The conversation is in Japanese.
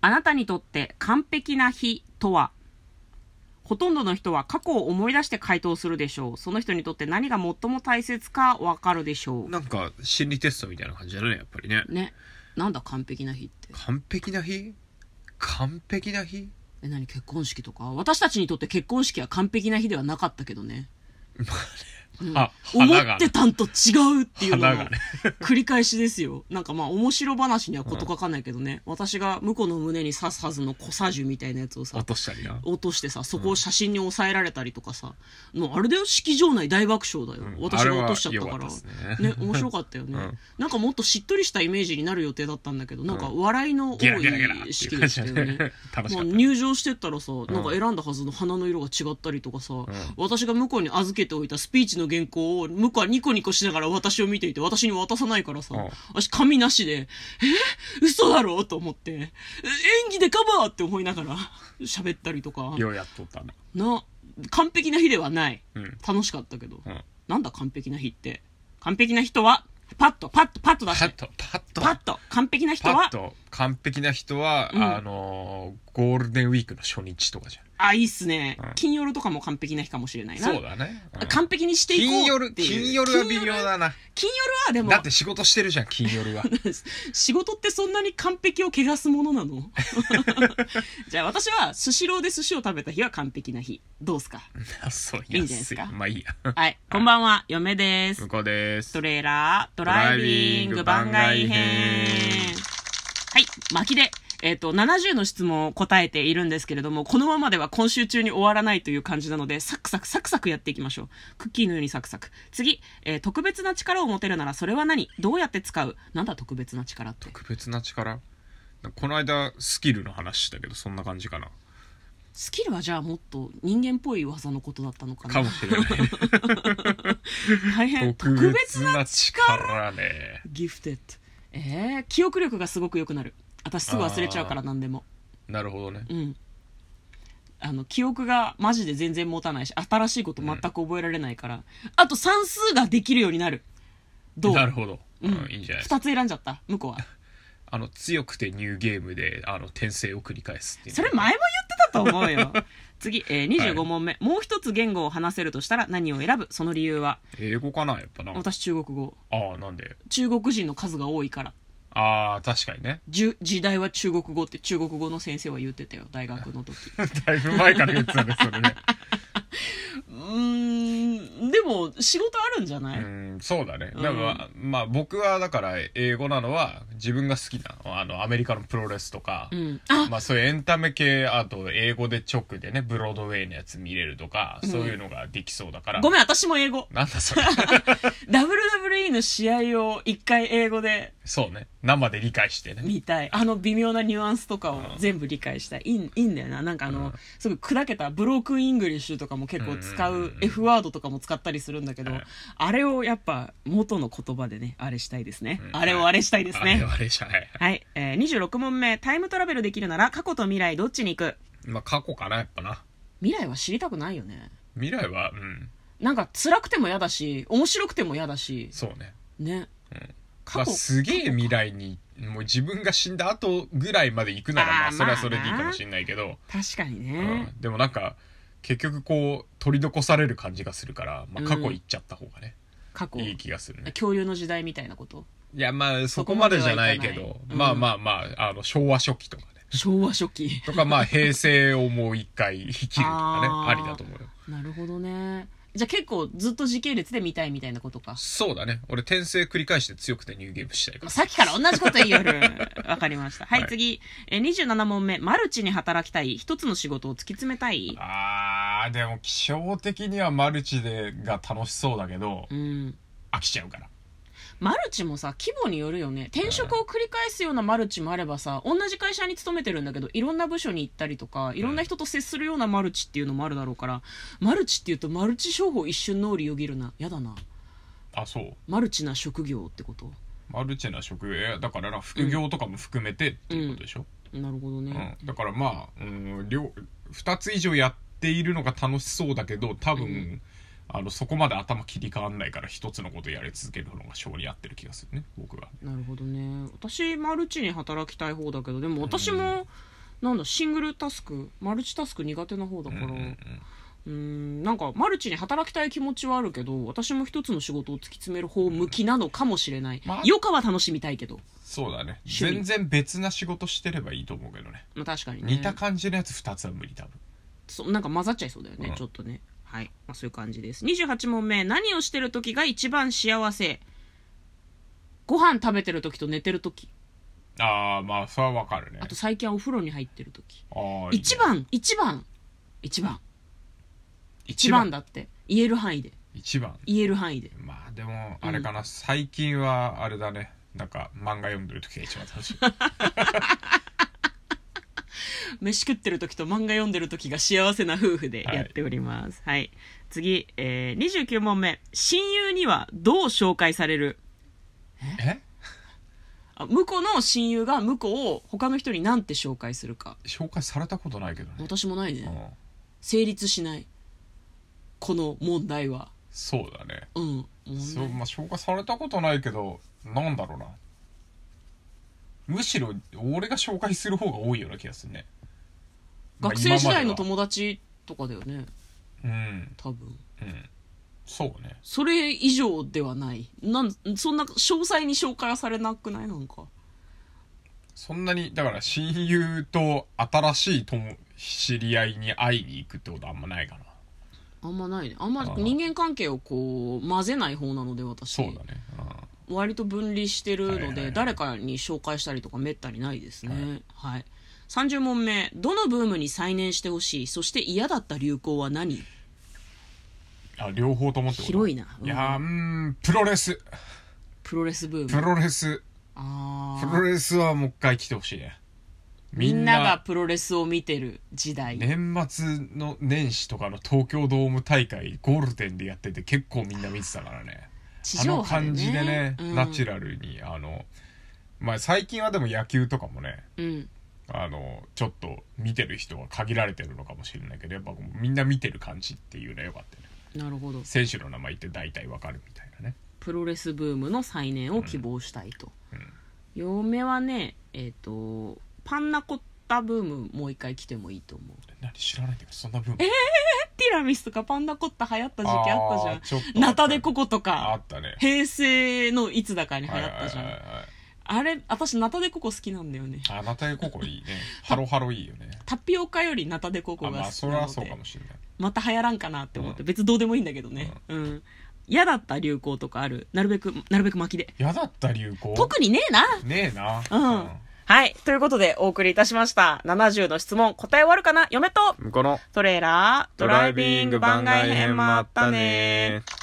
あなたにとって完璧な日とはほとんどの人は過去を思い出して回答するでしょう。その人にとって何が最も大切かわかるでしょなんか心理テストみたいな感じだねやっぱりねう。ね。なんだ完璧な日って。完璧な日完璧な日え、何結婚式とか私たちにとって結婚式は完璧な日ではなかったけどね。あ思花っがてねたんと違うっていうの花のがね繰り返しですよ。なんかまあ面白話にはことかかんないけどね。私が向こうの胸に刺すはずのコサージュみたいなやつをさ落、としたりな落としてさ、そこを写真に抑えられたりとかさ、もうあれだよ、式場内大爆笑だよ。うん私が落としちゃったから。あれは良かったですねね、面白かったよね、 うんなんかもっとしっとりしたイメージになる予定だったんだけど、なんか笑いの多ゲラゲラゲラっていい式うで感したじよだねね。楽しまあ、かった入場してったらさ、なんか選んだはずの花の色が違ったりとかさ、私が向こうに預けておいたスピーチの原稿を、向こうはニコニコしながら私を見ていて、私に渡さないからさ、うん私紙なしで、え嘘だろと思って、え演技でカバーって思いながら喋ったりとか、ようやっとったなな、完璧な日ではない。うん楽しかったけど、うんなんだ完璧な日って。完璧な人は、パッと、パッと、パッと出パしッて。とパッとパッと、完璧な人パはッ、と完璧な人は、うんあのーゴールデンウィークの初日とかじあ、いいっすね、うん金曜日とかも完璧な日かもしれないゃんな。そうだね、うん完璧にしてい金こう夜っていう。金夜は微妙金夜。だな金夜はでもだっ、て仕事してるじゃん金夜は 仕事ってそんなに完璧を汚すものな のじゃあ私は、スシローで寿司を食べた日は完璧な日。どうすかそういいんじゃないですか安まあいいや はい、こんばんは、嫁です向。こうですトレーラードライビング番外編。はい、巻きで、えっ、と、70の質問を答えているんですけれども、このままでは今週中に終わらないという感じなので、サクサクサクサクやっていきましょう。クッキーのようにサクサク。次、えー特別な力を持てるならそれは何どうやって使うなんだ特別な力って。特別な力この間スキルの話したけどそんな感じかなスキルはじゃあもっと人間っぽい技のことだったのかなかもしれない大変。特 特別別なな力ねギフテッド。えー、記憶力がすごく良くなる。私すぐ忘れちゃうから何でも。なるほどねうん、あの記憶がマジで全然持たないし新しいこと全く覚えられないから、あと算数ができるようになるどうなるほど、うんうんいいんじゃないですか2つ選んじゃった向こうはあの強くてニューゲームであの転生を繰り返すっていうそれ前も言ってたと思う よ次、えー、25問目、もう一つ言語を話せるとしたら何を選ぶその理由は英語かなやっぱなあ私中国語あなんで中国人の数が多いからああ確かにね じゅ時代は中国語って中国語の先生は言ってたよ大学の時 だいぶ前から言ってたねそれねうーんでも仕事あるんじゃない、うんそうだねうんだから、まあ僕はだから英語なのは自分が好きなあのアメリカのプロレスとか、うんあまあそういうエンタメ系あと英語で直でねブロードウェイのやつ見れるとか、そういうのができそうだからごめん私も英語なんだそ れ WWE の試合を一回英語でそうね生で理解してね見たいあの微妙なニュアンスとかを全部理解したいいいいいんだよななんかあの、うんすごい砕けたブロークンイングリッシュとかも結構使うんうんううん F ワードとかも使ったりするんだけど、はいあれをやっぱ元の言葉でねあれしたいですね、うんあれをあれしたいですあれねはあれじゃないはい、えー、26問目タイムトラベルできるなら過去と未来どっちに行くまあ過去かなやっぱな未来は知りたくないよね未来はうんなんか辛くても嫌だし面白くても嫌だしそうねね、ん過まあ、去すげえ未来にもう自分が死んだ後ぐらいまで行くならまああーそれはそれまあでないいかもしれないけど、確かにうね、ん、でもなんか結局こう取り残される感じがするから、まあ、過去行っちゃった方がね、過去いい気がするね恐竜の時代みたいなこといやまあそこまでじゃないけそこどまでまはあいかないまあまああの昭和初期とかね 昭和初期とか まあ平成をもう一回生きるとかねあーありだと思うよなるほどねじゃあ結構ずっと時系列で見たいみたいなことか、そうだね俺転生繰り返して強くてニューゲームしたいかまあらさっきから同じこと言いよる わかりましたはい、はい次え27問目マルチに働きたい一つの仕事を突き詰めたいあーでも気象的にはマルチでが楽しそうだけどうん飽きちゃうからマルチもさ規模によるよね転職を繰り返すようなマルチもあればさ同じ会社に勤めてるんだけどいろんな部署に行ったりとかいろんな人と接するようなマルチっていうのもあるだろうからマルチっていうとマルチ商法一瞬脳裏よぎるなやだなあそうマルチな職業ってことマルチな職業だからな副業とかも含めてっていうことでしょ、なるほどね、うんだからまあ、うん、両2つ以上やっているのが楽しそうだけど多分、うんあのそこまで頭切り替わんないから一つのことやり続けるのが性に合ってる気がするね僕はなるほどね私マルチに働きたい方だけどでも私もなんだシングルタスクマルチタスク苦手な方だから、うんうんうんうーんなんかマルチに働きたい気持ちはあるけど私も一つの仕事を突き詰める方向きなのかもしれない、まあ余暇は楽しみたいけど、そうだね趣味全然別な仕事してればいいと思うけどねまあ、確かにね似た感じのやつ2つは無理多分そうなんか混ざっちゃいそうだよね、うんちょっとねはい、まあ、そういう感じです28問目何をしてる時が一番幸せご飯食べてる時と寝てる時ああまあそれはわかるねあと最近はお風呂に入ってる時あーいいね一番一番一番一一番だって言える範囲で一番言える範囲でまあでもあれかな、最近はあれだねなんか漫画読んでる時が一番楽しい 飯食ってる時と漫画読んでる時が幸せな夫婦でやっております。はい。次、えー、29問目。親友にはどう紹介されるえあ向こうの親友が向こうを他の人に何て紹介するか。紹介されたことないけどね、私もないうね。ん、成立しない。この問題は。そうだね、うん。問そう題まあ紹介されたことないけどなんだろうなむしろ俺が紹介する方が多いような気がするねまあ学生時代の今ま友達とかだよね。ではうん多分。うんそうねそれ以上ではない。なん、そんな詳細に紹介はされなくないなんか。そんなにだから親友と新しい友知り合いに会いに行くってことあんまないかなあんまないね。あんまあー人間関係をこう、混ぜない方なので私。そうだね、うん割と分離してるはいのはいはでい誰かに紹介したりとかめったにないですねはい30問目どのブームに再燃してほしいそして嫌だった流行は何あ両方ともってこと広いなうんいやーうーんプロレスプロレスブープムロレスあプローレスはもう一回来てほしいねみんながプロレスを見てる時代年末の年始とかの東京ドーム大会ゴールデンでやってて結構みんな見てたからね地あ上波ので感じでね、うんナチュラルにあのまあ最近はでも野球とかもねうんあのちょっと見てる人は限られてるのかもしれないけどやっぱこうみんな見てる感じっていうのはよかったねなるほど選手の名前って大体わかるみたいなねプロレスブームの再燃を希望したいと、うんうん嫁はねえっ、とパンナコッタブームもう一回来てもいいと思う何知らないんだけどそんな部分ティラミスとかパンナコッタ流行った時期あったじゃんじゃんナタデココとあか、ったね平成のいつだかに流行ったじゃはいん。はいはいはいあれ、私、ナタデココ好きなんだよね。あなたへここいいねハロハロいいよねタピオカよりナタデココあがま好あきそれなはのそうかで、もしれないまた流行らんかなって思って、別にどうでもいいんだけどね。うん。嫌だった流行とかある。なるべく、なるべく巻きで。嫌だった流行特にねえなねえなうんはい。ということで、お送りいたしました。70の質問、答え終わるかな嫁とうんこのトレーラー、ドドライビング番外編もあったねー